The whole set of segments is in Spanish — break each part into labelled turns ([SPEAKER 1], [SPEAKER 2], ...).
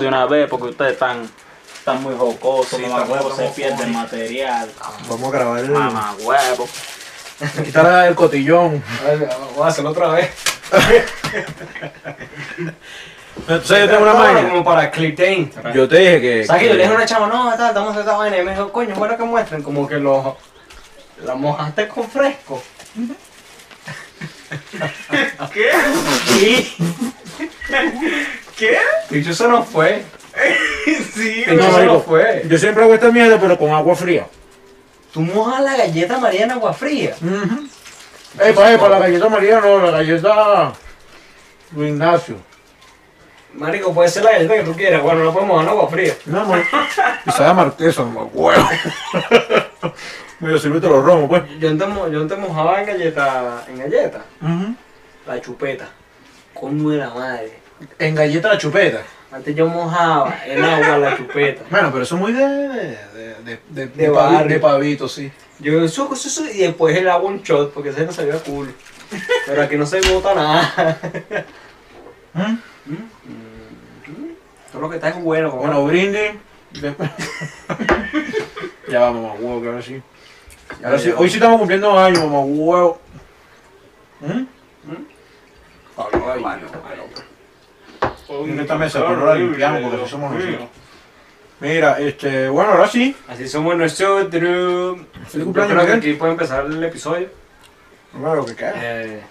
[SPEAKER 1] de una vez porque ustedes están, están muy jocosos,
[SPEAKER 2] Sí,
[SPEAKER 1] mamá
[SPEAKER 2] estamos
[SPEAKER 1] huevo, se
[SPEAKER 2] como
[SPEAKER 1] pierde
[SPEAKER 2] funny.
[SPEAKER 1] material,
[SPEAKER 3] Vamos a grabar el.
[SPEAKER 1] mamá huevo.
[SPEAKER 3] Quitar el cotillón.
[SPEAKER 2] Voy a hacerlo otra vez.
[SPEAKER 3] Entonces yo tengo una maña.
[SPEAKER 2] Como para clickbait.
[SPEAKER 3] Yo te dije que.
[SPEAKER 2] ¿Sabes que yo le dije a
[SPEAKER 3] que-
[SPEAKER 2] una chama, no, tal, estamos en esta vaina? Y me dijo, coño, es bueno que muestren como que los. La mojaste con fresco.
[SPEAKER 4] ¿Qué?
[SPEAKER 2] Sí.
[SPEAKER 4] ¿Qué?
[SPEAKER 2] Dicho, eso no fue.
[SPEAKER 4] Sí,
[SPEAKER 2] Dicho,
[SPEAKER 3] No,
[SPEAKER 2] eso no
[SPEAKER 3] marico.
[SPEAKER 2] fue.
[SPEAKER 3] Yo siempre hago esta mierda, pero con agua fría.
[SPEAKER 2] Tú mojas la galleta María en agua fría.
[SPEAKER 3] Epa, epa, la galleta María no, la galleta. Luis Ignacio.
[SPEAKER 2] Marico, puede ser la galleta que tú quieras. Bueno, no podemos mojar en agua fría.
[SPEAKER 3] Mi amor. Y sabe a marquesa, mamá, huevo. Medio silbito los romos, pues.
[SPEAKER 2] Yo antes, mo- yo antes mojaba en galleta. En galleta. La chupeta. Coño de la madre.
[SPEAKER 3] En galleta la chupeta.
[SPEAKER 2] Antes yo mojaba en agua la chupeta.
[SPEAKER 3] Bueno, pero eso es muy de. de. de. de,
[SPEAKER 2] De
[SPEAKER 3] pavi-
[SPEAKER 2] barrio.
[SPEAKER 3] de pavito, sí.
[SPEAKER 2] Yo suco, eso, eso, y después el agua un shot, porque ese no sabía cool. Pero aquí no se bota nada.
[SPEAKER 3] ¿Mm?
[SPEAKER 2] Todo lo que está es bueno, como
[SPEAKER 3] Bueno, brindis. Después- ya vamos, mamá huevo, que ahora sí. Ahora sí, hoy sí estamos cumpliendo años, mamá huevo. ¿Mm? en esta mesa, pero no la limpiamos porque somos nosotros. Mira, este, bueno, ahora sí.
[SPEAKER 2] Así somos nosotros.
[SPEAKER 3] Feliz
[SPEAKER 2] Yo
[SPEAKER 3] cumpleaños,
[SPEAKER 2] creo que
[SPEAKER 3] Miguel.
[SPEAKER 2] aquí puede empezar el episodio.
[SPEAKER 3] Claro que cae.
[SPEAKER 2] Eh,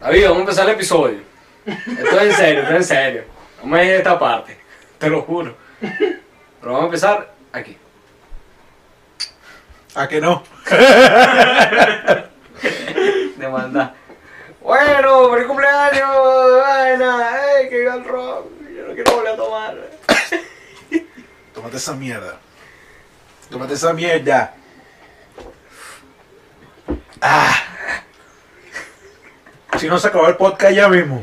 [SPEAKER 2] David, vamos a empezar el episodio. Esto es en serio, esto es en serio. Vamos a ir a esta parte, te lo juro. Pero vamos a empezar aquí.
[SPEAKER 3] ¿A que no?
[SPEAKER 2] Demanda. Bueno, feliz cumpleaños, vaina, ey, que viva el rock, yo no quiero volver a tomar.
[SPEAKER 3] Tómate esa mierda. Tómate esa mierda. Ah. Si no se acabó el podcast ya mismo.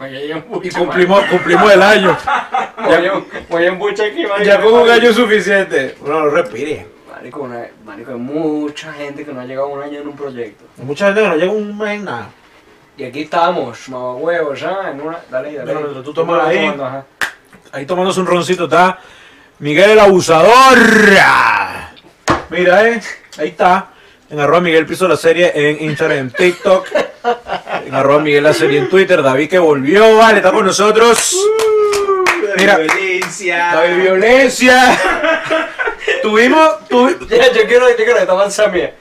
[SPEAKER 2] Oye, ya
[SPEAKER 3] Y
[SPEAKER 2] embucha,
[SPEAKER 3] cumplimos, cumplimos el año.
[SPEAKER 2] man. Oye, oye, embucha aquí, man.
[SPEAKER 3] Ya con un año es suficiente. Bueno, no respire.
[SPEAKER 2] Marico, una- marico, hay mucha gente que no ha llegado a un año en un proyecto.
[SPEAKER 3] Mucha gente que no llega un mes en nada.
[SPEAKER 2] Y aquí estamos, mamá huevo, ya, en una... Dale, dale.
[SPEAKER 3] Bueno, mientras tú tomas
[SPEAKER 2] Yo
[SPEAKER 3] ahí.
[SPEAKER 2] tomando, ajá.
[SPEAKER 3] Ahí tomándose un roncito está Miguel el Abusador. Mira, eh, ahí está. En arroba Miguel Piso la serie en Instagram, en TikTok. En arroba Miguel la serie en Twitter. David que volvió, vale, está con nosotros. Mira. David
[SPEAKER 4] violencia.
[SPEAKER 3] Violencia. Tuvimos, tuvi-
[SPEAKER 2] Ya, yo quiero, yo quiero esta mansa mía.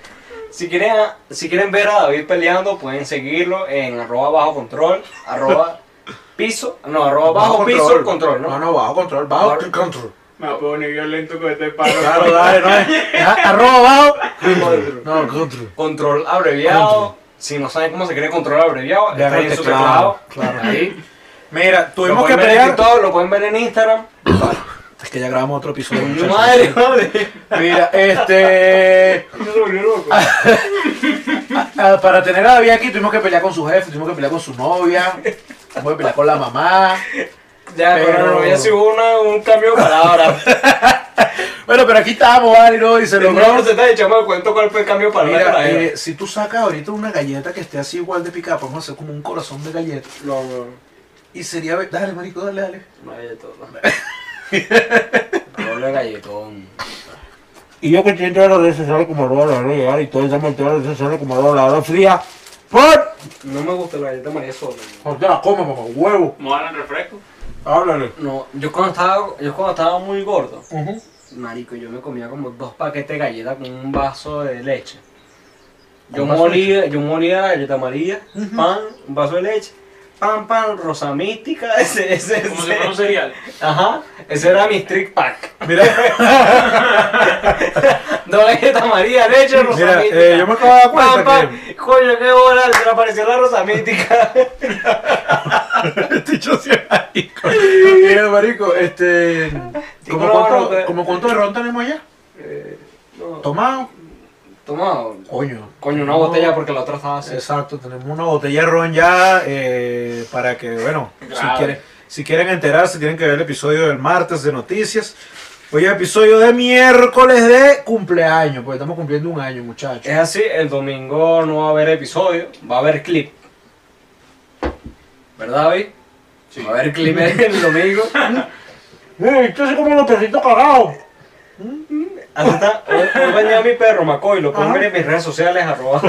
[SPEAKER 2] Si quieren, a- si quieren ver a David peleando, pueden seguirlo en arroba bajo control, arroba piso, no, arroba bajo, piso control, ¿no?
[SPEAKER 3] No, no, bajo control, bajo
[SPEAKER 2] Bajo-
[SPEAKER 3] control.
[SPEAKER 4] Me pone violento con este palo.
[SPEAKER 3] Claro, dale, no es. Ah, Arroba bajo. control. No, Ah, control.
[SPEAKER 2] Control abreviado.
[SPEAKER 3] Control.
[SPEAKER 2] Si no saben cómo se crea control abreviado,
[SPEAKER 3] Vean
[SPEAKER 2] está ahí
[SPEAKER 3] el
[SPEAKER 2] en su
[SPEAKER 3] teclado,
[SPEAKER 2] teclado.
[SPEAKER 3] claro.
[SPEAKER 2] Ahí.
[SPEAKER 3] Mira,
[SPEAKER 2] Lo
[SPEAKER 3] tuvimos que
[SPEAKER 2] pueden ver en
[SPEAKER 3] pelear.
[SPEAKER 2] TikTok, lo pueden ver en Instagram.
[SPEAKER 3] Es que ya grabamos otro episodio.
[SPEAKER 2] Mi
[SPEAKER 3] muchachos.
[SPEAKER 2] madre, madre.
[SPEAKER 3] Mira, este.
[SPEAKER 4] No se volvió loco.
[SPEAKER 3] ah, Para tener a David aquí tuvimos que pelear con su jefe, tuvimos que pelear con su novia, tuvimos que pelear con la mamá.
[SPEAKER 2] Ya, pero,
[SPEAKER 3] Pero-
[SPEAKER 2] no, ya sí hubo una- un cambio de palabra.
[SPEAKER 3] Bueno, pero aquí estamos, vale, ¿no? Y se
[SPEAKER 2] Pero
[SPEAKER 3] logró.
[SPEAKER 2] no se está echando el cuento cuál fue el cambio de palabra. que
[SPEAKER 3] Mira,
[SPEAKER 2] trajeron.
[SPEAKER 3] eh, si tú sacas ahorita una galleta que esté así igual de picada, podemos hacer como un corazón de galleta.
[SPEAKER 2] No, no, no.
[SPEAKER 3] Y sería. ve- Dale, marico, dale, dale.
[SPEAKER 2] Una galletona. Doble galletón.
[SPEAKER 3] Y yo que estoy todas las veces sale como roba la hora y todo estamos todas las veces sale como roba la hora fría. ¡Por!
[SPEAKER 2] No me gusta la galleta María sola.
[SPEAKER 3] O sea, coma, mamá, huevo.
[SPEAKER 4] ¿Me van al refresco?
[SPEAKER 3] Háblale.
[SPEAKER 2] No, yo cuando estaba, yo cuando estaba muy gordo, marico, yo me comía como dos paquetes de galleta con un vaso de leche. Yo
[SPEAKER 3] ¿Con vaso de
[SPEAKER 2] molía, yo molía la galleta María, pan, un vaso de leche, pan, pan, rosa mística, ese, ese,
[SPEAKER 4] Como si fuera un
[SPEAKER 2] ese.
[SPEAKER 4] cereal.
[SPEAKER 2] Ajá, ese era mi strict pack.
[SPEAKER 3] Mira.
[SPEAKER 2] Dos galletas María, leche, rosa
[SPEAKER 3] Mira,
[SPEAKER 2] mística.
[SPEAKER 3] eh, yo me acabo de dar cuenta
[SPEAKER 2] Pan, pan, coño, qué bola, se le apareció la rosa mística.
[SPEAKER 3] este Dicho sea marico. Mira, marico, este. ¿Cómo
[SPEAKER 2] no,
[SPEAKER 3] cuánto,
[SPEAKER 2] no, pero-
[SPEAKER 3] ¿cómo cuánto de ron tenemos allá?
[SPEAKER 2] Eh, no.
[SPEAKER 3] Tomado.
[SPEAKER 2] Toma,
[SPEAKER 3] Coño.
[SPEAKER 2] coño, una
[SPEAKER 3] No.
[SPEAKER 2] botella porque la otra estaba así.
[SPEAKER 3] Exacto, tenemos una botella de ron ya eh, para que, bueno, si
[SPEAKER 4] Grave.
[SPEAKER 3] quieren, si quieren enterarse, tienen que ver el episodio del martes de noticias. Hoy es episodio de miércoles de cumpleaños, porque estamos cumpliendo un año, muchachos.
[SPEAKER 2] Es así, el domingo no va a haber episodio, va a haber clip. ¿Verdad, David?
[SPEAKER 4] Sí.
[SPEAKER 2] A ver, Climer el domingo.
[SPEAKER 3] Esto es como los perritos cagados.
[SPEAKER 2] Así está. Hoy, hoy bañé a mi perro, Macoy. Lo pueden ver en mis redes sociales, arroba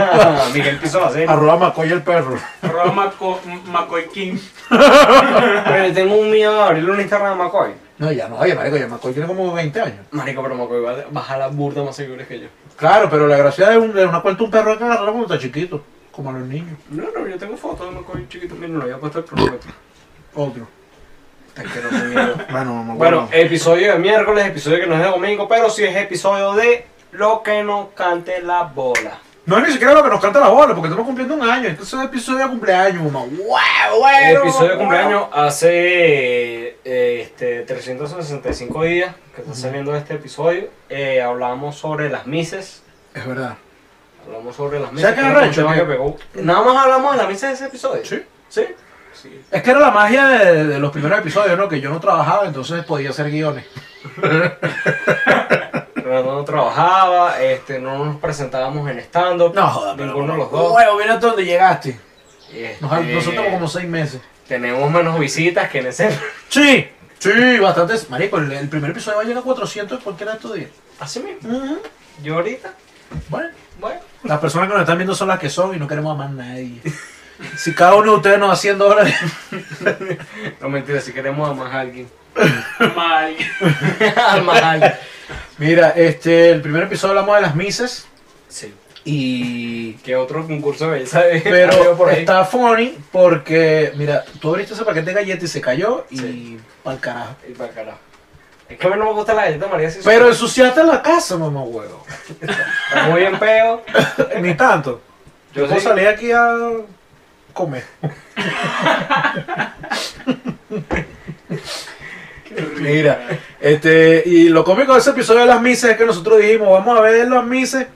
[SPEAKER 2] Miguel Piso la serie.
[SPEAKER 3] Eh, Arroba Macoy el perro.
[SPEAKER 4] Arroba Maco- Macoy King.
[SPEAKER 2] Pero le tengo un miedo a abrirle un Instagram a Macoy.
[SPEAKER 3] No, ya no, oye, marico, ya Macoy tiene como 20 años.
[SPEAKER 2] Marico, pero Macoy va a bajar la burda más seguidores que yo.
[SPEAKER 3] Claro, pero la gracia de, un- de una cuenta un perro es que agarrarlo cuando está chiquito, como a los niños.
[SPEAKER 2] No, no, yo tengo fotos de Macoy chiquito. Mira, no lo voy a puesto el cronómetro.
[SPEAKER 3] Otro.
[SPEAKER 2] Te quiero con miedo.
[SPEAKER 3] Bueno, no me
[SPEAKER 2] Bueno,
[SPEAKER 3] acuerdo.
[SPEAKER 2] episodio de miércoles, episodio que no es de domingo, pero sí es episodio de lo que nos cante la bola.
[SPEAKER 3] No es ni siquiera lo que nos canta la bola, porque estamos cumpliendo un año. Entonces es un episodio de cumpleaños, mamá. ¡Wow,
[SPEAKER 2] El episodio de cumpleaños hace eh, este, 365 días que está saliendo este episodio. eh, hablamos sobre las mises.
[SPEAKER 3] Es verdad.
[SPEAKER 2] Hablamos sobre las mises.
[SPEAKER 3] ¿Sabes qué
[SPEAKER 2] que es
[SPEAKER 3] arrecho,
[SPEAKER 2] un tema
[SPEAKER 3] tío?
[SPEAKER 2] que pegó. Nada más hablamos de las mises de ese episodio.
[SPEAKER 3] Sí.
[SPEAKER 2] Sí.
[SPEAKER 4] Sí.
[SPEAKER 3] Es que era la magia de, de los primeros episodios, ¿no? Que yo no trabajaba, entonces podía hacer guiones.
[SPEAKER 2] Pero no trabajaba, este, no nos presentábamos en stand-up.
[SPEAKER 3] No, joda, pero-
[SPEAKER 2] Ninguno de los dos.
[SPEAKER 3] Huevo, mira hasta donde llegaste. Eh,
[SPEAKER 2] Este,
[SPEAKER 3] Nos, nosotros como como seis meses.
[SPEAKER 2] Tenemos menos visitas que en ese.
[SPEAKER 3] Sí. Sí, bastantes. Marico, el, el primer episodio va a llegar a 400 en cualquiera de estos días.
[SPEAKER 2] Así mismo. Yo ahorita,
[SPEAKER 3] Bueno,
[SPEAKER 2] bueno.
[SPEAKER 3] las personas que nos están viendo son las que son y no queremos a más nadie. Si cada uno de ustedes nos da 100 dólares.
[SPEAKER 2] No mentira, si queremos a más alguien.
[SPEAKER 4] Mal.
[SPEAKER 2] a más alguien.
[SPEAKER 3] Mira, este, el primer episodio hablamos de las mises
[SPEAKER 2] Sí.
[SPEAKER 3] y...
[SPEAKER 2] ¿Qué otro concurso de belleza había
[SPEAKER 3] Pero
[SPEAKER 2] por ahí?
[SPEAKER 3] está funny porque, mira, tú abriste ese paquete de galletas y se cayó y
[SPEAKER 2] Sí.
[SPEAKER 3] pa'l carajo.
[SPEAKER 2] El bacalao. Es que a mí no me gusta la galleta María si
[SPEAKER 3] Pero ensuciaste la casa, mamá huevo.
[SPEAKER 2] está muy bien peo.
[SPEAKER 3] Ni tanto.
[SPEAKER 2] Yo
[SPEAKER 3] Yo
[SPEAKER 2] sí.
[SPEAKER 3] salí aquí a comer. Mira, este, y lo cómico de ese episodio de las mises es que nosotros dijimos, vamos a ver las mises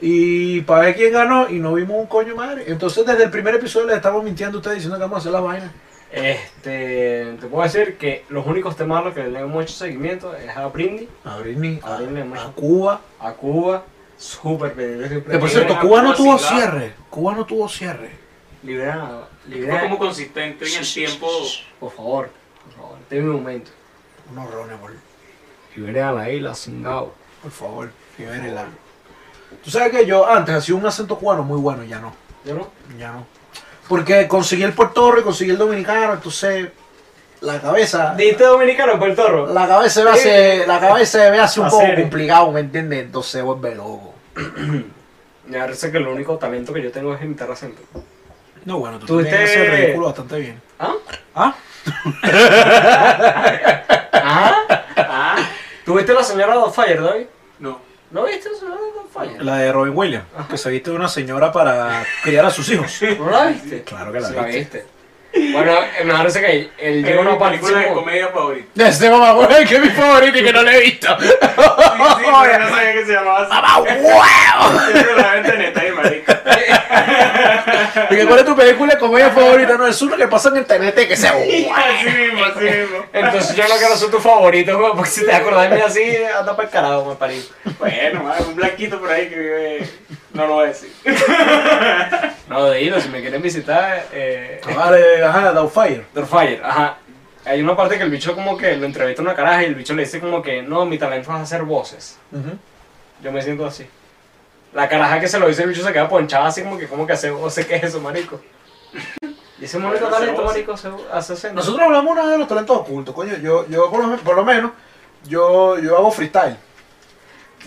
[SPEAKER 3] y para ver quién ganó y no vimos un coño madre. Entonces desde el primer episodio les estamos mintiendo a ustedes diciendo que vamos a hacer la vaina.
[SPEAKER 2] Este, te puedo decir que los únicos temas a los que le hemos hecho seguimiento es a Brindy,
[SPEAKER 3] A Britney, a,
[SPEAKER 2] A Britney, macho.
[SPEAKER 3] a Cuba.
[SPEAKER 2] a Cuba, súper pendiente siempre.
[SPEAKER 3] Que por
[SPEAKER 2] Libera-
[SPEAKER 3] cierto,
[SPEAKER 4] a
[SPEAKER 3] Cuba no
[SPEAKER 4] Cuba
[SPEAKER 3] tuvo
[SPEAKER 4] sin nada.
[SPEAKER 3] cierre. Cuba no tuvo cierre.
[SPEAKER 2] Libera,
[SPEAKER 4] Fue
[SPEAKER 2] libera.
[SPEAKER 4] como consistente en el tiempo.
[SPEAKER 2] Por favor, por favor, tenme un momento.
[SPEAKER 3] Unos rones, boludo.
[SPEAKER 2] Libera a la isla, cingao.
[SPEAKER 3] Por favor, libérenla. Tú sabes que yo antes hacía un acento cubano muy bueno, ya no.
[SPEAKER 2] ¿Yo no?
[SPEAKER 3] Ya no. Porque conseguí el Puerto Rico, conseguí el dominicano, entonces la cabeza.
[SPEAKER 2] ¿Diste dominicano en Puerto Rico?
[SPEAKER 3] La cabeza me hace, la cabeza se me hace un
[SPEAKER 2] A
[SPEAKER 3] poco
[SPEAKER 2] serio.
[SPEAKER 3] complicado, ¿me entiendes? Entonces vuelve loco.
[SPEAKER 2] Me parece que el único talento que yo tengo es imitar acento.
[SPEAKER 3] No, bueno, tú,
[SPEAKER 2] Tú
[SPEAKER 3] también
[SPEAKER 2] te-
[SPEAKER 3] haces el ridículo bastante bien.
[SPEAKER 2] ¿Ah?
[SPEAKER 3] ¿Ah?
[SPEAKER 2] ¿Ah?
[SPEAKER 4] Ah,
[SPEAKER 2] ¿Tuviste la señora Dollfire, David?
[SPEAKER 4] no.
[SPEAKER 2] ¿No viste la señora Dollfire?
[SPEAKER 3] La de Robin Williams, que se viste de una señora para criar a sus hijos.
[SPEAKER 2] ¿No la viste?
[SPEAKER 3] Claro que la
[SPEAKER 2] Sí, viste. Bueno, eh, me parece que él
[SPEAKER 4] Es
[SPEAKER 2] llegó
[SPEAKER 4] mi película de
[SPEAKER 2] una participación.
[SPEAKER 4] comedia favorita.
[SPEAKER 3] Este mamá, güey, que es mi favorito y que no lo he visto.
[SPEAKER 4] Sí, sí, pero no sabía que se llamaba así.
[SPEAKER 3] ¡Mamá, huevo!
[SPEAKER 4] Siempre la venta en esta y marica.
[SPEAKER 3] Y que, ¿Cuál es tu película de comedia favorita? No, es una que pasa en el TNT que se...
[SPEAKER 4] Así mismo, así mismo.
[SPEAKER 2] Entonces yo no quiero ser tu favorito, güey, porque si te acordás de mí así, anda para el carajo, me parí.
[SPEAKER 4] Bueno, madre, un blanquito por ahí que vive. No lo voy a decir.
[SPEAKER 2] No, de ido, si me quieren visitar, eh,
[SPEAKER 3] Ah. Vale, ajá, Downfire.
[SPEAKER 2] Dollfire, ajá. Hay una parte que el bicho como que lo entrevista una caraja y el bicho le dice como que, no, mi talento es hacer voces. Yo me siento así. La caraja que se lo dice el bicho se queda ponchada así como que, como que hace voces, ¿qué es eso, marico? Y ese
[SPEAKER 4] Bueno,
[SPEAKER 2] marico
[SPEAKER 4] hace
[SPEAKER 2] talento,
[SPEAKER 4] voces.
[SPEAKER 2] marico, hace, hace acento.
[SPEAKER 3] Nosotros hablamos una vez de los talentos ocultos, coño. Yo, yo por, lo, men- por lo menos, yo, yo hago freestyle.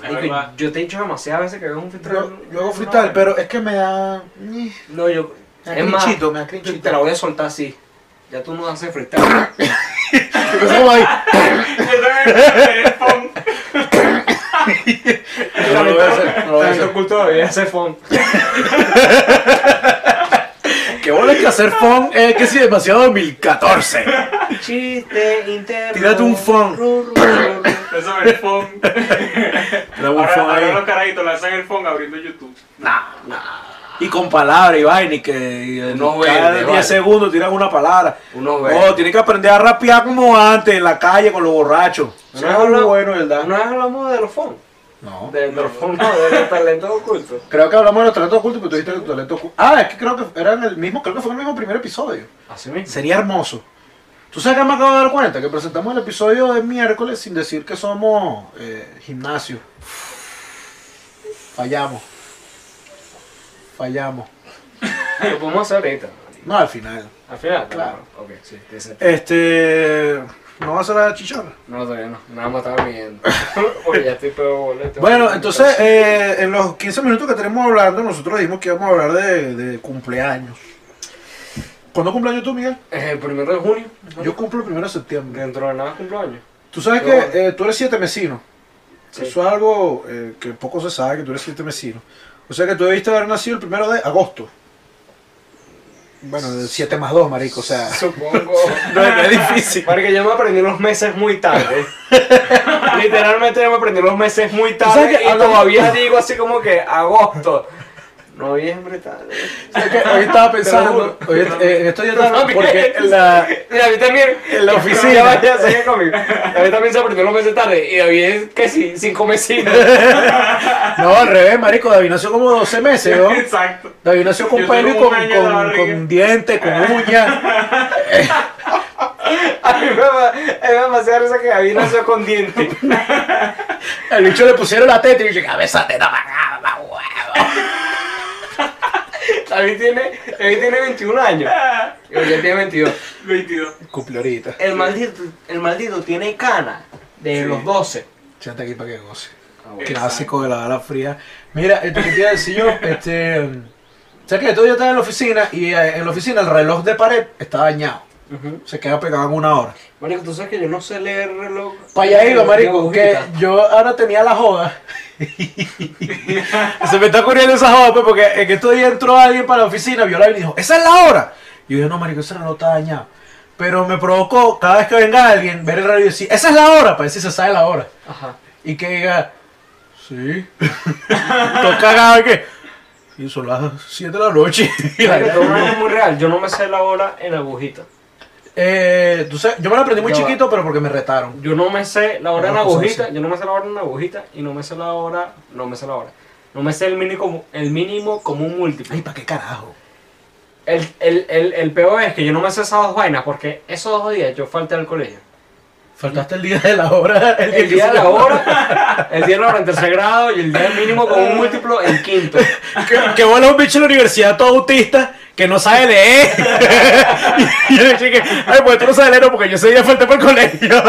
[SPEAKER 2] Marico,
[SPEAKER 4] verdad.
[SPEAKER 2] yo te he dicho demasiadas veces que veo un filtro.
[SPEAKER 3] Yo, yo hago freestyle, pero es que me da... ñe,
[SPEAKER 2] No, yo.
[SPEAKER 3] Me da
[SPEAKER 2] es más,
[SPEAKER 3] crinchito, me da
[SPEAKER 2] te,
[SPEAKER 3] crinchito.
[SPEAKER 2] te la voy a soltar así. Ya tú no haces freestyle.
[SPEAKER 3] Entonces, como ahí,
[SPEAKER 4] Yo también quiero hacer el phone.
[SPEAKER 3] No lo voy a hacer, no lo
[SPEAKER 2] Talento
[SPEAKER 3] voy a hacer.
[SPEAKER 2] oculto todavía hace funk.
[SPEAKER 3] Que bola que hacer fun es que si demasiado 2014.
[SPEAKER 2] Chiste interno.
[SPEAKER 3] Tírate un funk.
[SPEAKER 2] Ru, ru, ru, ru.
[SPEAKER 4] Eso es el phone.
[SPEAKER 3] Era un
[SPEAKER 4] Ahora,
[SPEAKER 3] fun
[SPEAKER 4] ahora
[SPEAKER 3] ahí.
[SPEAKER 4] los carajitos lanzan el phone abriendo YouTube.
[SPEAKER 3] Y con palabras y vaina y que y en
[SPEAKER 2] No
[SPEAKER 3] cada
[SPEAKER 2] vende,
[SPEAKER 3] 10
[SPEAKER 2] vale.
[SPEAKER 3] segundos tiran una palabra.
[SPEAKER 2] Uno ve.
[SPEAKER 3] No, tienes que aprender a rapear como antes, en la calle, con los borrachos.
[SPEAKER 2] No es habla-
[SPEAKER 3] ¿verdad?
[SPEAKER 2] No hablamos de los funk.
[SPEAKER 3] No.
[SPEAKER 2] De, de los funk, no, de los talentos ocultos.
[SPEAKER 3] Creo que hablamos de los talentos ocultos, pero tú dijiste que tu talento oculto. Ah, es que creo que era en el mismo, creo que fue en el mismo primer episodio.
[SPEAKER 2] Así mismo.
[SPEAKER 3] Sería hermoso. ¿Tú sabes que me acabo de dar cuenta? Que presentamos el episodio de miércoles sin decir que somos eh, gimnasio. Fallamos. Fallamos.
[SPEAKER 2] Lo podemos hacer ahorita.
[SPEAKER 3] No, al final.
[SPEAKER 2] Al final.
[SPEAKER 3] Claro. Eh,
[SPEAKER 2] Ok, sí. ese-
[SPEAKER 3] Este. ¿No vas a la chichona?
[SPEAKER 2] No, todavía no. Nada más estaba viendo. Porque ya estoy peor boleto.
[SPEAKER 3] Bueno, entonces, eh, en los 15 minutos que tenemos hablando, nosotros dijimos que íbamos a hablar de, de cumpleaños. ¿Cuándo cumpleaños tú, Miguel?
[SPEAKER 2] Es Eh, el primero de junio.
[SPEAKER 3] Yo cumplo el primero de septiembre.
[SPEAKER 2] Dentro de nada cumplo años.
[SPEAKER 3] Tú sabes que eh, tú eres siete mesino.
[SPEAKER 2] Sí.
[SPEAKER 3] Eso es algo eh, que poco se sabe, que tú eres siete mesino. O sea que tú debiste haber nacido el primero de agosto. Bueno, de 7 más 2, marico, o sea...
[SPEAKER 2] Supongo.
[SPEAKER 3] Ah. No, no es difícil.
[SPEAKER 2] Porque yo me aprendí los meses muy tarde. Literalmente yo me aprendí los meses muy
[SPEAKER 3] ¿Sabes
[SPEAKER 2] tarde.
[SPEAKER 3] qué?
[SPEAKER 2] Y
[SPEAKER 3] Hablando-
[SPEAKER 2] todavía digo así como que agosto. Noviembre tarde.
[SPEAKER 3] Es que hoy estaba pensando,
[SPEAKER 2] juro.
[SPEAKER 3] hoy, eh, en estos días estaba-
[SPEAKER 2] No, Miguel.
[SPEAKER 3] porque la,
[SPEAKER 2] Mira, David también. En
[SPEAKER 3] la oficina.
[SPEAKER 2] Ya vaya, sigue conmigo. David también se aprendió los meses tarde. Y David es casi cinco meses.
[SPEAKER 3] No, al revés, marico, David nació como 12 meses, ¿no?
[SPEAKER 4] Exacto.
[SPEAKER 3] David nació con
[SPEAKER 4] Yo
[SPEAKER 3] pelo y
[SPEAKER 4] tengo
[SPEAKER 3] con,
[SPEAKER 4] un año en la
[SPEAKER 3] con,
[SPEAKER 4] barriga.
[SPEAKER 3] con diente, con uña.
[SPEAKER 2] A mí me va a mí me risa que David nació con dientes.
[SPEAKER 3] Al bicho le pusieron la teta y dije, cabeza teta para acá, pa' huevo.
[SPEAKER 2] David tiene, David tiene 21 años. Y Uriel tiene 22.
[SPEAKER 4] 22.
[SPEAKER 3] Cumple ahorita.
[SPEAKER 2] El maldito, el maldito tiene cana de
[SPEAKER 4] Sí.
[SPEAKER 2] los 12.
[SPEAKER 3] Siéntate aquí para que goce.
[SPEAKER 2] Ah, bueno.
[SPEAKER 3] Clásico de la bala fría. Mira, este, ¿qué te iba a decir yo? Este, o sea que todo yo estaba en la oficina y eh, en la oficina el reloj de pared está dañado. Se queda pegado en una hora.
[SPEAKER 2] Marico, tú sabes que yo no sé leer reloj.
[SPEAKER 3] Para allá iba, marico,
[SPEAKER 2] Tengo
[SPEAKER 3] que
[SPEAKER 2] hojita.
[SPEAKER 3] yo ahora tenía la joda. Se me está ocurriendo esa joda, pues, porque en estos días entró alguien para la oficina, vio la hora y dijo, ¡esa es la hora! Y yo dije, no, marico, esa no está dañado. Pero me provocó, cada vez que venga alguien, ver el radio y decir, ¡esa es la hora! Para ver si se sabe la hora.
[SPEAKER 2] Ajá.
[SPEAKER 3] Y que diga, sí. Todo cagado y que, y son las 7 de la noche. Y la
[SPEAKER 2] Marico,
[SPEAKER 3] gente,
[SPEAKER 2] todo mal es muy real. Yo no me sé la hora en agujita.
[SPEAKER 3] eh, tú sabes, yo me lo aprendí muy
[SPEAKER 2] Ya va.
[SPEAKER 3] chiquito, pero porque me retaron.
[SPEAKER 2] Yo no me sé la hora en
[SPEAKER 3] Una cosa
[SPEAKER 2] agujita.
[SPEAKER 3] así.
[SPEAKER 2] Yo no me sé la hora en agujita. Y no me sé la hora. No me sé la hora. No me sé el mínimo, como- el mínimo común múltiplo.
[SPEAKER 3] Ay, ¿para qué carajo?
[SPEAKER 2] El, el, el, el peor es que yo no me sé esas dos vainas porque esos dos días yo falté al colegio.
[SPEAKER 3] Faltaste el día de la hora. El,
[SPEAKER 2] El
[SPEAKER 3] que
[SPEAKER 2] día
[SPEAKER 3] se
[SPEAKER 2] de la
[SPEAKER 3] llamó.
[SPEAKER 2] hora, el día de la hora en tercer grado y el día mínimo con un múltiplo en quinto.
[SPEAKER 3] que, que vuela un bicho en la universidad todo autista que no sabe leer. y yo le dije que, ay, pues tú no sabes leer no, porque yo ese día falté por el colegio.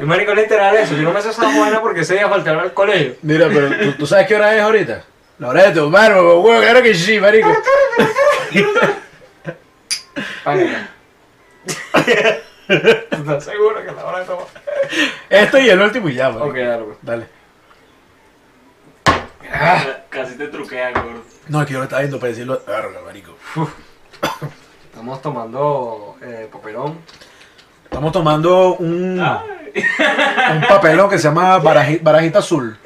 [SPEAKER 2] Y marico, literal eso, yo no me sé esa vaina porque ese día falté al colegio.
[SPEAKER 3] Mira, pero ¿tú, tú sabes qué hora es ahorita? La hora de tu hermano, huevo, claro que sí, marico.
[SPEAKER 2] Página. ¿Estás seguro que la hora de tomar?
[SPEAKER 3] Esto y el último y ya, marico.
[SPEAKER 2] Ok, dale, pues.
[SPEAKER 3] Dale.
[SPEAKER 4] Casi te truquean, gordo.
[SPEAKER 3] No, es que yo lo estaba viendo para decirlo. Verga, marico.
[SPEAKER 2] Estamos tomando eh, papelón.
[SPEAKER 3] Estamos tomando un, un papelón que se llama baraji- barajita azul.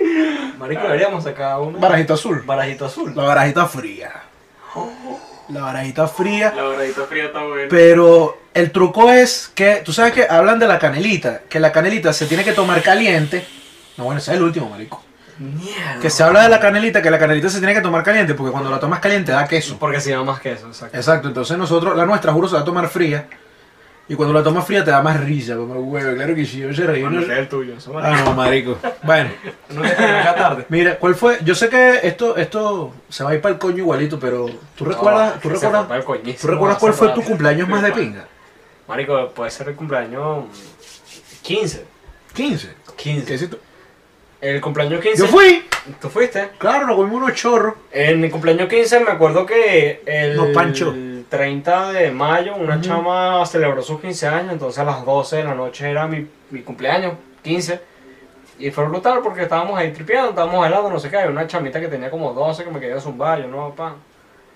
[SPEAKER 2] Marico, deberíamos sacar una
[SPEAKER 3] Barajita azul.
[SPEAKER 2] barajito azul.
[SPEAKER 3] La barajita fría. La barajita fría.
[SPEAKER 4] La doradita fría está buena.
[SPEAKER 3] Pero el truco es que, tú sabes que hablan de la canelita, que la canelita se tiene que tomar caliente. No, bueno, ese es el último, marico.
[SPEAKER 2] Mierda.
[SPEAKER 3] Que se habla de la canelita, que la canelita se tiene que tomar caliente, porque cuando la tomas caliente da queso.
[SPEAKER 2] Porque se llama más que eso, exacto.
[SPEAKER 3] Exacto, entonces nosotros, la nuestra, juro, se va a tomar fría. Y cuando la tomas fría te da más risa, como huevo, claro que sí, yo se reí.
[SPEAKER 2] Bueno,
[SPEAKER 3] no-
[SPEAKER 2] ese es el tuyo, eso marico.
[SPEAKER 3] Ah, no, marico. Bueno,
[SPEAKER 2] No te acá tarde.
[SPEAKER 3] mira, ¿cuál fue? Yo sé que esto, esto se va a ir para el coño igualito, pero ¿tú recuerdas,
[SPEAKER 2] No,
[SPEAKER 3] tú
[SPEAKER 2] se
[SPEAKER 3] recuerdas,
[SPEAKER 2] fue pa'l coñísimo,
[SPEAKER 3] ¿tú recuerdas cuál fue tu
[SPEAKER 2] separado.
[SPEAKER 3] cumpleaños más de pinga?
[SPEAKER 2] Marico, puede ser el cumpleaños mm, 15.
[SPEAKER 3] 15. ¿Qué
[SPEAKER 2] 15.
[SPEAKER 3] hiciste?
[SPEAKER 2] El cumpleaños 15.
[SPEAKER 3] Yo fui.
[SPEAKER 2] ¿Tú fuiste?
[SPEAKER 3] Claro, nos comimos unos chorros.
[SPEAKER 2] En mi cumpleaños 15 me acuerdo que el
[SPEAKER 3] No, Pancho.
[SPEAKER 2] 30 de mayo una
[SPEAKER 3] Ujú.
[SPEAKER 2] chama celebró sus 15 años, entonces a las 12 de la noche era mi, mi cumpleaños, 15. Y fue brutal porque estábamos ahí tripeando, estábamos helando, no sé qué, había una chamita que tenía como 12 que me quería zumbar, yo no, papá.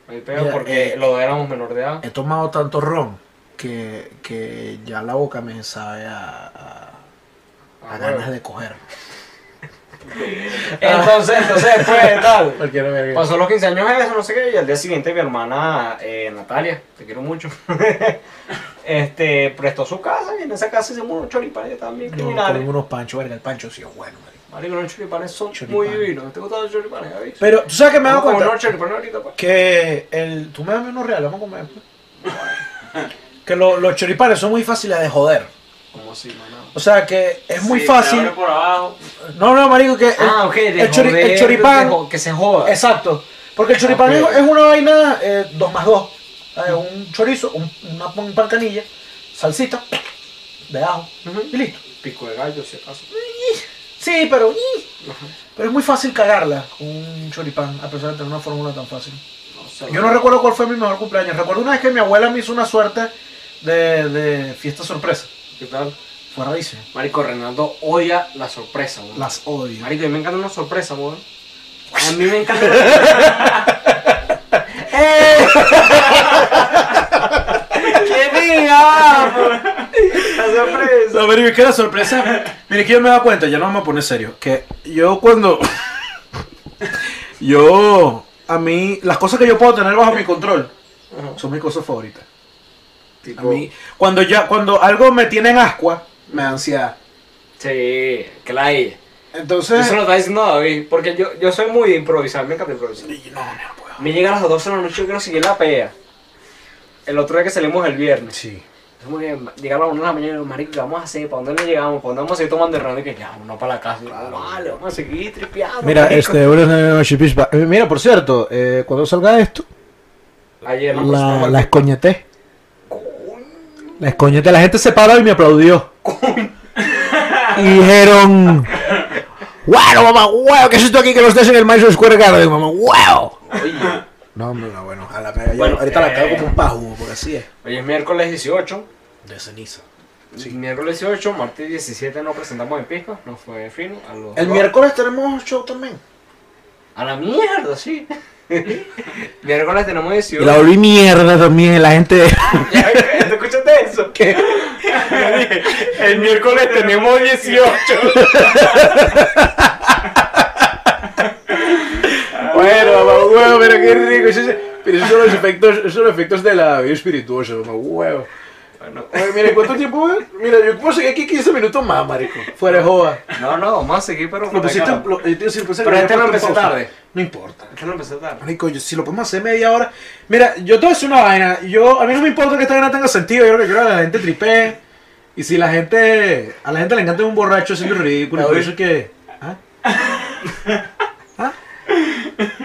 [SPEAKER 2] Me pego
[SPEAKER 3] Mira,
[SPEAKER 2] porque
[SPEAKER 3] eh,
[SPEAKER 2] los dos éramos menor de edad.
[SPEAKER 3] He tomado tanto ron que, que ya la boca me sabe a, a- a
[SPEAKER 2] Ah,
[SPEAKER 3] ganas
[SPEAKER 2] bueno.
[SPEAKER 3] de coger.
[SPEAKER 2] Entonces, entonces después tal.
[SPEAKER 3] Cualquier verga.
[SPEAKER 2] Pasó los 15 años eso, no sé qué, y al día siguiente mi hermana eh, Natalia, te quiero mucho, este, prestó su casa y en esa casa hicimos unos choripanes también
[SPEAKER 3] Yo
[SPEAKER 2] criminales.
[SPEAKER 3] comí unos panchos, verga. El pancho sí es bueno, marico.
[SPEAKER 2] Marico, los choripanes son
[SPEAKER 3] Choripán.
[SPEAKER 2] muy divinos. ¿Te gustan los choripanes, David?
[SPEAKER 3] Pero, ¿tú sabes que me he dado
[SPEAKER 2] Vamos a comer
[SPEAKER 3] cuenta?
[SPEAKER 2] unos choripanes ahorita, pues.
[SPEAKER 3] Que el... Tú me das unos reales, vamos a comer. pues. que lo- los choripanes son muy fáciles de joder.
[SPEAKER 2] Como si, maná.
[SPEAKER 3] O sea que es muy
[SPEAKER 4] Sí, te
[SPEAKER 3] fácil.
[SPEAKER 4] abre por abajo.
[SPEAKER 3] No, no, marico, que el-
[SPEAKER 2] Ah, ok, de
[SPEAKER 3] el, chori- el
[SPEAKER 2] joder,
[SPEAKER 3] choripán.
[SPEAKER 2] de jo- que se joda.
[SPEAKER 3] Exacto. Porque el choripán
[SPEAKER 2] Ok.
[SPEAKER 3] es- es una vaina 2 más 2. un chorizo, un, una, un pan canilla, salsita, de ajo
[SPEAKER 2] Ujú.
[SPEAKER 3] y listo.
[SPEAKER 2] Pico de gallo, si acaso.
[SPEAKER 3] Sí, pero. ¡ih! Pero es muy fácil cagarla con un choripán, a pesar de tener una fórmula tan fácil.
[SPEAKER 2] No sé.
[SPEAKER 3] Yo no recuerdo cuál fue mi mejor cumpleaños. Recuerdo una vez que mi abuela me hizo una suerte de, de fiesta sorpresa.
[SPEAKER 2] ¿Qué tal?
[SPEAKER 3] Fue rarísimo.
[SPEAKER 2] Marico, Renato odia la sorpresa, weón.
[SPEAKER 3] Las odio.
[SPEAKER 2] Marico, a mí me encanta una sorpresa, weón. A mí me encanta una sorpresa. ¡Eh! ¡Qué diga!
[SPEAKER 5] No, pero es que la sorpresa. Mire, que yo me he dado cuenta, ya no vamos a poner serio. Que yo cuando. yo. A mí. Las cosas que yo puedo tener bajo mi control son mis cosas favoritas. A mí. Cuando ya. Cuando algo me tiene en ascua, me da ansiedad.
[SPEAKER 2] Sí, que la hay. Yo
[SPEAKER 5] Entonces.
[SPEAKER 2] se lo estaba diciendo a David, porque yo, yo soy muy de improvisar, me encanta improvisar.
[SPEAKER 5] No, no puedo.
[SPEAKER 2] Me llega a las 12 de la noche, yo quiero seguir la pelea. El otro día que salimos el viernes.
[SPEAKER 5] Sí.
[SPEAKER 2] Como que Llegaron a las 1 de la mañana y digo, marico, ¿qué vamos a hacer? ¿Para dónde nos llegamos? ¿Para dónde vamos a ir tomando el rato? Y que ya, no para la casa. Y yo, Vale, vamos a seguir tripeando.
[SPEAKER 3] Mira,
[SPEAKER 2] marico.
[SPEAKER 3] este, Euros Noche Pispa. Eh, Mira, por cierto, eh, cuando salga esto,
[SPEAKER 2] Ayer, ¿no?
[SPEAKER 3] la, la escoñeté. La escoñeté. La gente se paró y me aplaudió. Y dijeron, bueno, mamá, wow, ¿qué es esto aquí que lo estás en el Madison Square Garden, mamá? ¡Wow! No, hombre, no, bueno, a la yo
[SPEAKER 2] Bueno,
[SPEAKER 3] ahorita la cago
[SPEAKER 2] eh.
[SPEAKER 3] como un pájaro, porque así es.
[SPEAKER 2] Hoy es miércoles 18.
[SPEAKER 3] De ceniza.
[SPEAKER 2] Miércoles 18, martes 17 nos presentamos en Pisco. No fue fino. A los
[SPEAKER 3] El
[SPEAKER 2] dos.
[SPEAKER 3] miércoles tenemos show también.
[SPEAKER 2] A la mierda, sí. miércoles tenemos 18.
[SPEAKER 3] volví mierda también, la gente...
[SPEAKER 2] ¿Te escuchaste eso?
[SPEAKER 3] ¿Qué?
[SPEAKER 2] El miércoles tenemos 18.
[SPEAKER 5] Bueno, mamá, huevo, pero qué rico. Eso es- Pero esos son los efectos, esos son los efectos de la vida espirituosa, mamá, huevo. Oye, mira, ¿cuánto tiempo? eh? Mira, yo puedo seguir aquí 15 minutos más, marico.
[SPEAKER 3] Fuera de joda.
[SPEAKER 2] No, no, vamos a seguir, pero.
[SPEAKER 5] Lo pusiste, lo, yo te- si lo puse-
[SPEAKER 2] Pero este
[SPEAKER 5] yo
[SPEAKER 2] lo
[SPEAKER 5] puse
[SPEAKER 2] empecé
[SPEAKER 5] pausa.
[SPEAKER 2] tarde.
[SPEAKER 5] No importa.
[SPEAKER 2] Este no empezó tarde.
[SPEAKER 5] Marico, yo- si lo podemos hacer media hora. Mira, yo te voy a decir una vaina. Yo, a mí no me importa que esta vaina tenga sentido. Yo lo que quiero es que la gente tripee. Y si la gente. A la gente le encanta un borracho haciendo ridículo. y Por eso es que. ¿Ah? ¿Ah?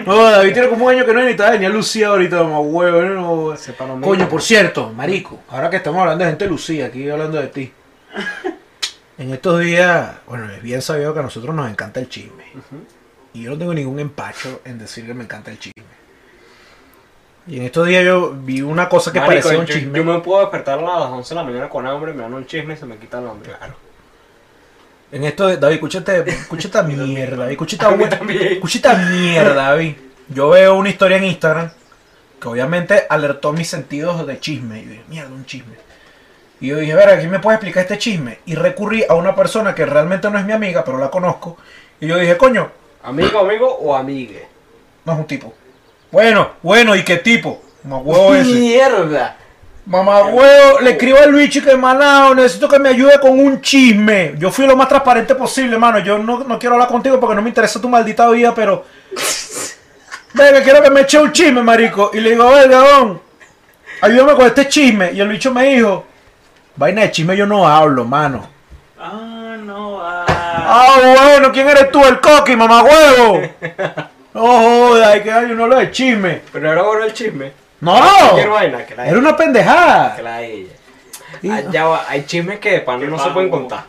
[SPEAKER 5] No, David tiene como un año que no necesitaba ni a Lucía ahorita, mamá huevo. no, no.
[SPEAKER 2] Se paró medio.
[SPEAKER 5] Coño, por cierto, marico, ahora que estamos hablando de gente lucía, aquí hablando de ti.
[SPEAKER 3] En estos días, bueno, es bien sabido que a nosotros nos encanta el chisme. Y yo no tengo ningún empacho en decir que me encanta el chisme. Y en estos días yo vi una cosa que
[SPEAKER 2] Marico,
[SPEAKER 3] parecía un
[SPEAKER 2] yo-
[SPEAKER 3] chisme.
[SPEAKER 2] Yo me puedo despertar a las 11 de la mañana con hambre, me dan un chisme y se me quita el hambre. Claro.
[SPEAKER 3] En esto, de- David, escúchate, escucha esta mierda, David, escucha esta
[SPEAKER 2] A mí
[SPEAKER 3] hue-
[SPEAKER 2] también.
[SPEAKER 3] escucha esta mierda, David. Yo veo una historia en Instagram que obviamente alertó mis sentidos de chisme. Y yo dije, mierda, un chisme. Y yo dije, ver, ¿quién me puede explicar este chisme? Y recurrí a una persona que realmente no es mi amiga, pero la conozco. Y yo dije, coño,
[SPEAKER 2] Amigo, amigo o amigue.
[SPEAKER 3] No es un tipo. Bueno, bueno, ¿y qué tipo? Mamá huevo ese.
[SPEAKER 2] ¡Mierda!
[SPEAKER 3] Mamá huevo, le escribo a Luigi que malado, necesito que me ayude con un chisme. Yo fui lo más transparente posible, mano. Yo no, no quiero hablar contigo porque no me interesa tu maldita vida, pero. Venga, quiero que me eche un chisme, marico. Y le digo, a ver, Gabón, ayúdame con este chisme. Y el bicho me dijo, vaina de chisme yo no hablo, mano.
[SPEAKER 4] Ah, no, ah.
[SPEAKER 3] Ah, bueno, ¿quién eres tú, el coqui, mamá huevo? No joda, hay que hay uno lo de chisme.
[SPEAKER 2] Pero ahora volvió el chisme.
[SPEAKER 3] No,
[SPEAKER 2] Cualquier vaina, que la
[SPEAKER 3] ¡Oh! Era una pendejada.
[SPEAKER 2] que la ella.
[SPEAKER 3] Y-
[SPEAKER 2] Allá va, hay chismes que de pan no se
[SPEAKER 4] pan,
[SPEAKER 2] pueden
[SPEAKER 4] huevón.
[SPEAKER 2] contar.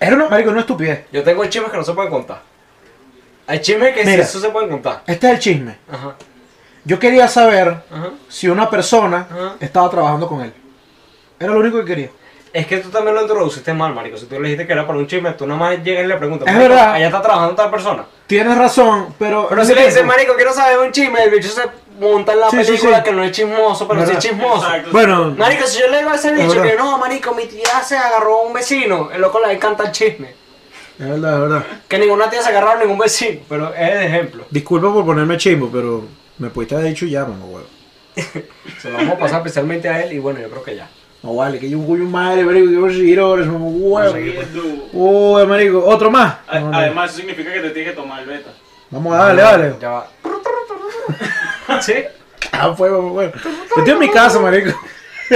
[SPEAKER 3] Era una, marico, una estupidez.
[SPEAKER 2] Yo tengo chismes que no se pueden contar. Hay chismes que sí
[SPEAKER 3] Mira.
[SPEAKER 2] eso se pueden contar.
[SPEAKER 3] Este es el chisme.
[SPEAKER 2] Ajá,
[SPEAKER 3] Yo quería saber
[SPEAKER 2] ajá.
[SPEAKER 3] si una persona
[SPEAKER 2] Ajá.
[SPEAKER 3] estaba trabajando con él. Era lo único que quería.
[SPEAKER 2] Es que tú también lo introduciste mal, marico. Si tú le dijiste que era para un chisme, tú nomás llegas y le preguntas.
[SPEAKER 3] Es
[SPEAKER 2] "Marico,
[SPEAKER 3] verdad.
[SPEAKER 2] Allá está trabajando tal persona.
[SPEAKER 3] Tienes razón, pero...
[SPEAKER 2] Pero si le dices, marico, quiero saber un chisme, el bicho se monta en la
[SPEAKER 3] Sí, sí,
[SPEAKER 2] película
[SPEAKER 3] sí.
[SPEAKER 2] que no es chismoso, pero sí es
[SPEAKER 3] ¿Verdad?
[SPEAKER 2] chismoso.
[SPEAKER 4] Exacto.
[SPEAKER 3] Bueno,
[SPEAKER 2] Marico, si yo le digo a ese
[SPEAKER 3] Es
[SPEAKER 2] bicho
[SPEAKER 3] verdad.
[SPEAKER 2] que no, marico, mi tía se agarró a un vecino, el loco le encanta el chisme.
[SPEAKER 3] es verdad, es verdad.
[SPEAKER 2] Que ninguna tía se agarró a ningún vecino, pero es el ejemplo.
[SPEAKER 3] Disculpa por ponerme chimbo, pero me pudiste haber dicho ya, mamá, huevo.
[SPEAKER 2] Se lo vamos a pasar especialmente a él y bueno, yo creo que ya.
[SPEAKER 3] No vale, que yo un cuyo madre, marico, que voy a seguir horas, mamá,
[SPEAKER 4] Conseguí
[SPEAKER 3] huevo.
[SPEAKER 4] el dúo.
[SPEAKER 3] Uy, marico, ¿otro más?
[SPEAKER 4] A-
[SPEAKER 3] No, no.
[SPEAKER 4] Además, eso significa que te tienes que tomar el beta.
[SPEAKER 3] Vamos a darle, dale.
[SPEAKER 2] Ya va. ¿Sí?
[SPEAKER 3] Ah, fue, mamá, huevo. Yo estoy en mi casa, marico.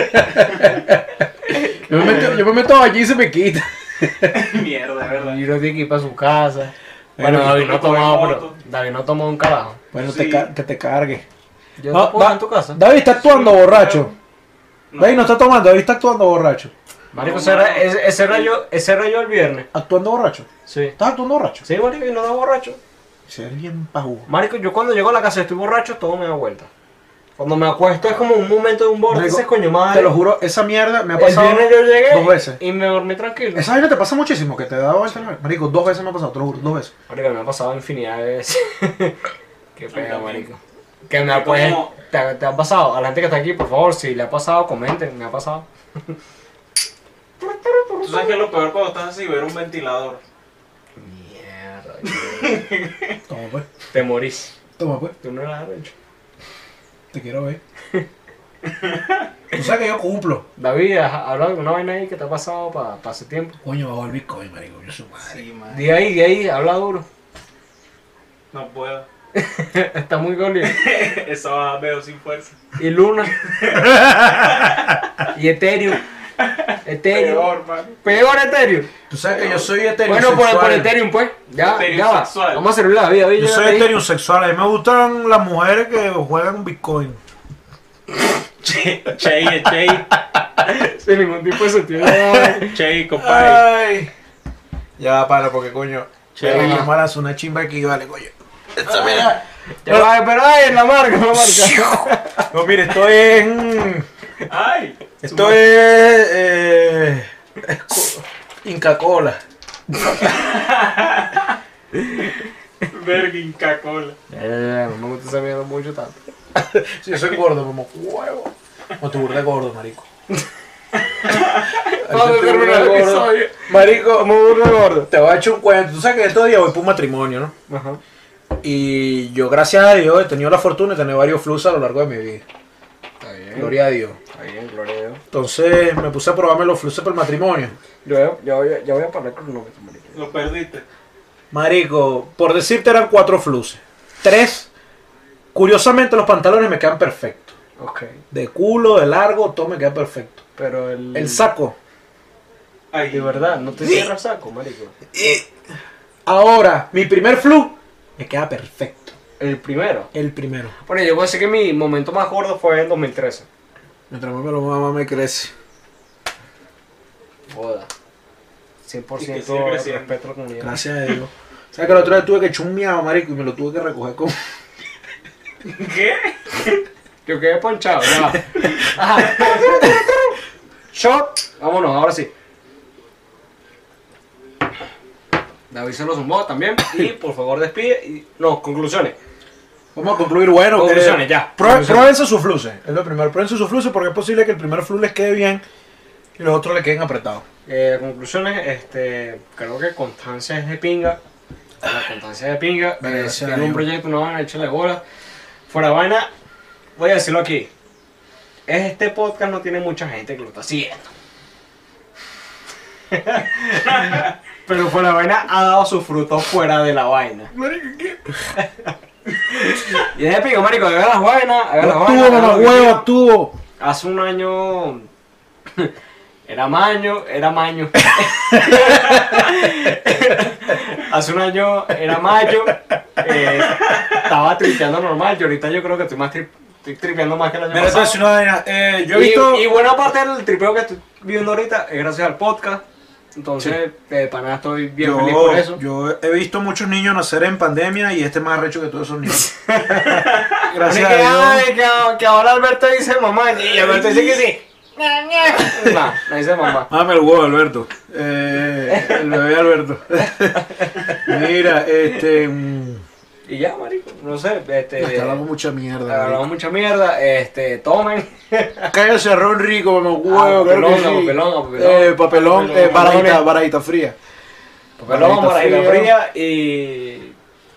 [SPEAKER 6] Yo me meto, yo me meto allí y se me quita.
[SPEAKER 4] Mierda, verdad.
[SPEAKER 2] Y uno tiene que ir para su casa.
[SPEAKER 6] Bueno,
[SPEAKER 2] Bueno, David no ha
[SPEAKER 4] no coge
[SPEAKER 2] tomado,
[SPEAKER 4] moto.
[SPEAKER 2] pero David no ha tomado un carajo.
[SPEAKER 3] Bueno,
[SPEAKER 4] Sí.
[SPEAKER 3] te ca- que te cargue.
[SPEAKER 2] Yo
[SPEAKER 3] No,
[SPEAKER 2] no, puedo
[SPEAKER 3] da-
[SPEAKER 2] en tu casa.
[SPEAKER 3] David está actuando
[SPEAKER 4] Sí,
[SPEAKER 3] borracho. David no está tomando, David está actuando borracho.
[SPEAKER 2] Marico, ese, era, ese, ese era yo, ese era yo el viernes.
[SPEAKER 3] ¿Actuando borracho?
[SPEAKER 2] Sí.
[SPEAKER 3] ¿Estás actuando borracho?
[SPEAKER 2] Sí, marico, y no da borracho.
[SPEAKER 3] Se ve bien pajú.
[SPEAKER 2] Marico, yo cuando llego a la casa y estoy borracho, todo me da vuelta. Cuando me acuesto es como un momento de un borde,
[SPEAKER 3] Marico,
[SPEAKER 2] ese coño madre.
[SPEAKER 3] Te lo juro, esa mierda me ha
[SPEAKER 2] El
[SPEAKER 3] pasado.
[SPEAKER 2] viernes yo llegué
[SPEAKER 3] dos veces.
[SPEAKER 2] y me dormí tranquilo.
[SPEAKER 3] Esa vaina te pasa muchísimo, que te da vuelta. Marico, dos veces me ha pasado, te lo juro, dos veces.
[SPEAKER 2] Marico, me ha pasado infinidad de veces. Qué pega,
[SPEAKER 4] Ay,
[SPEAKER 2] marico. Que me ha pues,
[SPEAKER 4] como-
[SPEAKER 2] te, ha- te ha pasado. A la gente que está aquí, por favor, si le ha pasado, comenten, me ha pasado.
[SPEAKER 4] Tú sabes que es lo peor cuando estás así, ver un ventilador.
[SPEAKER 2] Mierda.
[SPEAKER 3] Toma pues,
[SPEAKER 2] te morís.
[SPEAKER 3] toma pues,
[SPEAKER 2] Tú no la has hecho.
[SPEAKER 3] te quiero ver. Tú sabes que yo cumplo.
[SPEAKER 2] David, ¿has hablado de alguna vaina ahí que te ha pasado para hace tiempo?
[SPEAKER 3] Coño, bajó el Bitcoin, marico, yo soy madre.
[SPEAKER 4] man.
[SPEAKER 2] De ahí, de ahí, habla duro.
[SPEAKER 4] No puedo.
[SPEAKER 2] Está muy golido.
[SPEAKER 4] Esa va veo sin fuerza.
[SPEAKER 2] Y Luna. y Ethereum. Ethereum.
[SPEAKER 4] Peor, man.
[SPEAKER 2] Peor, Ethereum.
[SPEAKER 3] Tú sabes que yo soy eterno.
[SPEAKER 2] Bueno, por, por Ethereum, pues. Ya,
[SPEAKER 4] Ethereum
[SPEAKER 2] ya va.
[SPEAKER 4] sexual.
[SPEAKER 2] Vamos a servir la vida, David.
[SPEAKER 3] Yo
[SPEAKER 2] ya
[SPEAKER 3] soy
[SPEAKER 2] te dije.
[SPEAKER 3] heterosexual, a mí me gustan las mujeres que juegan Bitcoin.
[SPEAKER 4] Che, che, che,
[SPEAKER 2] Sin ningún tipo de sentido.
[SPEAKER 4] che, compadre.
[SPEAKER 3] Ay. Ya, para, porque coño.
[SPEAKER 2] Che,
[SPEAKER 3] Ay, qué
[SPEAKER 2] no.
[SPEAKER 3] mala, es una chimba aquí, vale, coño.
[SPEAKER 2] Te vas a esperar en la marca, en la marca.
[SPEAKER 3] No, mire, esto es. mm,
[SPEAKER 4] Ay,
[SPEAKER 3] Esto es. Eh, co- Inca Cola.
[SPEAKER 4] verga Inca Cola.
[SPEAKER 2] Eh, no me gusta esa mierda mucho tanto.
[SPEAKER 3] Sí, yo soy gordo, como huevo. No te burles gordo, marico.
[SPEAKER 2] Vamos a
[SPEAKER 3] Te
[SPEAKER 2] terminar
[SPEAKER 3] burlas
[SPEAKER 2] el
[SPEAKER 3] gordo.
[SPEAKER 2] episodio.
[SPEAKER 3] Marico, me burlo gordo. Te voy a echar un cuento. Tú sabes que estos días voy por un matrimonio, ¿no?
[SPEAKER 2] Ajá.
[SPEAKER 3] Y yo, gracias a Dios, he tenido la fortuna de tener varios flus a lo largo de mi vida.
[SPEAKER 2] Está bien.
[SPEAKER 3] Gloria a Dios.
[SPEAKER 2] Está bien, gloria a Dios.
[SPEAKER 3] Entonces me puse a probarme los fluces para el matrimonio.
[SPEAKER 2] Yo, yo, yo, yo voy a parar con el nombre, marico.
[SPEAKER 4] Lo perdiste.
[SPEAKER 3] Marico, por decirte eran cuatro fluces. Tres, curiosamente los pantalones me quedan perfectos.
[SPEAKER 2] Ok.
[SPEAKER 3] De culo, de largo, todo me queda perfecto.
[SPEAKER 2] Pero el.
[SPEAKER 3] El saco.
[SPEAKER 4] Ay,
[SPEAKER 2] De verdad, no te cierra el saco, marico.
[SPEAKER 3] Ahora, mi primer flu me queda perfecto.
[SPEAKER 2] El primero.
[SPEAKER 3] El primero.
[SPEAKER 2] Bueno, yo pensé que mi momento más gordo fue en 2013.
[SPEAKER 3] Mientras más me lo mamá me crece.
[SPEAKER 2] Joda.
[SPEAKER 4] Y que
[SPEAKER 2] 100%
[SPEAKER 4] sigue creciendo.
[SPEAKER 2] respeto a la comunidad.
[SPEAKER 3] Gracias a Dios. ¿Sabes que la otra vez tuve que echar un miado, marico, y me lo tuve que recoger con...
[SPEAKER 4] ¿Qué?
[SPEAKER 2] Yo quedé ponchado, ya. va. Ajá. Shot. Vámonos, ahora sí. David se lo zumbó también. Y por favor despide. Y... No, conclusiones.
[SPEAKER 3] Vamos a concluir, bueno.
[SPEAKER 2] Conclusiones, ya.
[SPEAKER 3] prue-
[SPEAKER 2] Conclusiones.
[SPEAKER 3] Pruébense sus fluces. Es lo primero. Pruébense sus fluces porque es posible que el primer flux les quede bien y los otros le queden apretados.
[SPEAKER 2] Eh, conclusiones, este, creo que Constancia es de pinga. La Constancia es de pinga.
[SPEAKER 3] Verga,
[SPEAKER 2] Eh,
[SPEAKER 3] sí,
[SPEAKER 2] si tiene
[SPEAKER 3] amigo.
[SPEAKER 2] un proyecto, no van a echarle bola. Fuera de vaina, voy a decirlo aquí. Este podcast no tiene mucha gente que lo está siguiendo. Pero fuera de vaina ha dado sus frutos fuera de la vaina. y es de pinga, marico, haga las vainas, haga las vainas.
[SPEAKER 3] Actúo,
[SPEAKER 2] haga
[SPEAKER 3] mamá
[SPEAKER 2] lo que
[SPEAKER 3] huevo,
[SPEAKER 2] quiera.
[SPEAKER 3] actúo.
[SPEAKER 2] Hace un año era maño, era maño. Hace un año era mayo, eh, estaba tripeando normal y ahorita yo creo que estoy más tri- estoy tripeando más que el año
[SPEAKER 3] Mira, te voy
[SPEAKER 2] pasado.
[SPEAKER 3] a decir una vaina. Eh, yo he
[SPEAKER 2] Y-
[SPEAKER 3] visto.
[SPEAKER 2] y, buena parte del tripeo que estoy viviendo ahorita es gracias al podcast. Entonces, eh, para nada estoy bien feliz por eso.
[SPEAKER 3] Yo, yo he visto muchos niños nacer en pandemia y este es más arrecho que todos esos niños. Gracias
[SPEAKER 2] Así que,
[SPEAKER 3] a Dios.
[SPEAKER 2] ay, que, que ahora Alberto dice mamá y Alberto dice que sí. No, no dice mamá.
[SPEAKER 3] Dame el huevo, Alberto. Eh, el bebé Alberto. Mira, este. mm,
[SPEAKER 2] Y ya, marico, no sé. Este,
[SPEAKER 3] hasta hablamos mucha mierda.
[SPEAKER 2] Hablamos
[SPEAKER 3] marico.
[SPEAKER 2] mucha mierda, este, tomen.
[SPEAKER 3] Cállese Ron Rico, mamá huevo.
[SPEAKER 2] Ah,
[SPEAKER 3] claro que
[SPEAKER 2] papelón, papelón,
[SPEAKER 3] sí.
[SPEAKER 2] papelón.
[SPEAKER 3] Eh, papelón, eh,
[SPEAKER 2] Papelones.
[SPEAKER 3] barajita, barajita fría.
[SPEAKER 2] Papelón, barajita
[SPEAKER 3] Barajita fría.
[SPEAKER 2] fría y.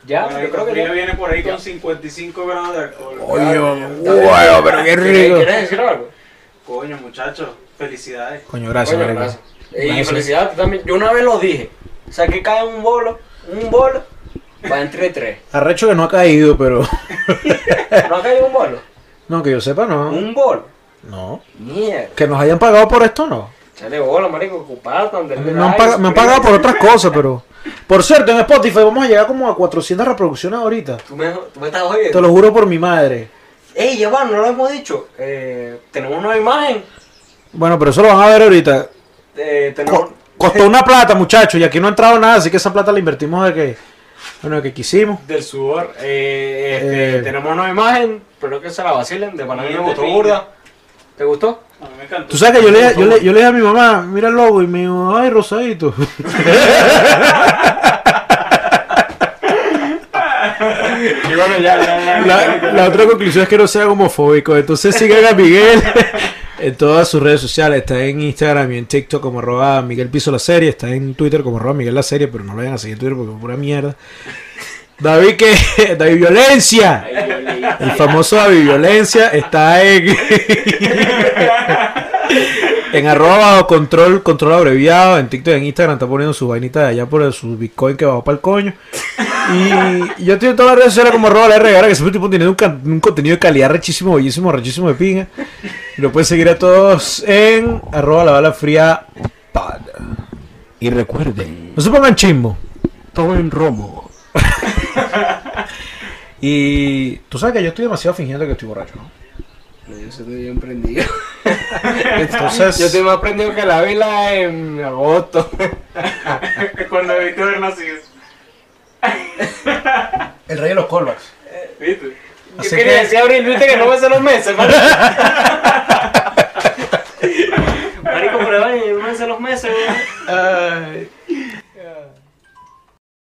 [SPEAKER 2] Ya,
[SPEAKER 4] Bueno,
[SPEAKER 2] yo creo que
[SPEAKER 4] ya
[SPEAKER 2] ya.
[SPEAKER 4] viene por ahí con 55 grados de alcohol.
[SPEAKER 3] Oye, huevo, pero qué rico.
[SPEAKER 2] ¿Quieres decir algo?
[SPEAKER 4] Coño, muchachos, felicidades.
[SPEAKER 3] Coño, gracias,
[SPEAKER 2] Coño,
[SPEAKER 3] marico.
[SPEAKER 2] gracias. Y
[SPEAKER 3] Gracias.
[SPEAKER 2] felicidades también. Yo una vez lo dije. O sea, que cae un bolo, un bolo, va entre tres.
[SPEAKER 3] Arrecho que no ha caído, pero.
[SPEAKER 2] ¿No ha caído un bolo?
[SPEAKER 3] No, que yo sepa, no.
[SPEAKER 2] Un bolo.
[SPEAKER 3] No.
[SPEAKER 2] Mierda.
[SPEAKER 3] Que nos hayan pagado por esto, no.
[SPEAKER 2] Chale bola, marico, ocupado.
[SPEAKER 3] Me han, paga- me han pagado por otras cosas, pero. Por cierto, en Spotify vamos a llegar como a 400 reproducciones ahorita.
[SPEAKER 2] Tú me, tú me estás
[SPEAKER 3] Te
[SPEAKER 2] oyendo.
[SPEAKER 3] lo juro por mi madre.
[SPEAKER 2] Ey, ya va, no lo hemos dicho. Eh, tenemos una imagen.
[SPEAKER 3] Bueno, pero eso lo van a ver ahorita.
[SPEAKER 2] Eh, tenemos...
[SPEAKER 3] Co- costó una plata, muchachos, y aquí no ha entrado nada, así que esa plata la invertimos de que. Bueno, de que quisimos.
[SPEAKER 2] Del sudor. Eh, este,
[SPEAKER 3] Eh.
[SPEAKER 2] Tenemos una imagen. Espero que se la vacilen. De para mí me
[SPEAKER 4] Bien,
[SPEAKER 2] gustó
[SPEAKER 4] de
[SPEAKER 2] burda. ¿Te gustó?
[SPEAKER 4] A mí me encantó.
[SPEAKER 3] Tú sabes que yo le, yo, le, yo le dije a mi mamá, mira el logo, y me dijo, ay, rosadito.
[SPEAKER 2] Y bueno, ya, ya, ya.
[SPEAKER 3] La, la otra conclusión es que no sean homofóbicos. Entonces sigan a Miguel en todas sus redes sociales. Está en Instagram y en TikTok como arroba Miguel Piso la serie. Está en Twitter como arroba Miguel la serie, pero no lo vayan a seguir en Twitter porque es pura mierda. David que David Violencia.
[SPEAKER 4] Ay, yo leí.
[SPEAKER 3] El famoso David Violencia está en en arroba bajo control, control abreviado, en TikTok y en Instagram está poniendo su vainita de allá por su Bitcoin que bajó para el coño. Y yo tengo todas las redes sociales como arroba la regara, que siempre estoy poniendo un, can- un contenido de calidad rechísimo, bellísimo, rechísimo de pinga. Y lo pueden seguir a todos en arroba la bala fría. pod.
[SPEAKER 7] Y recuerden,
[SPEAKER 3] No se pongan chismo.
[SPEAKER 7] en romo.
[SPEAKER 3] Y tú sabes que yo estoy demasiado fingiendo que estoy borracho, ¿no?
[SPEAKER 2] Yo estoy bien prendido.
[SPEAKER 3] Entonces...
[SPEAKER 2] Yo estoy más prendido que la vela en agosto.
[SPEAKER 4] Cuando Víctor nació.
[SPEAKER 3] El rey de los callbacks.
[SPEAKER 4] ¿Viste?
[SPEAKER 3] Así
[SPEAKER 2] Yo quería
[SPEAKER 3] que-
[SPEAKER 2] decir abril, viste que no me sé los meses, marico. eh, Marico, pero ay, no me sé los meses, güey.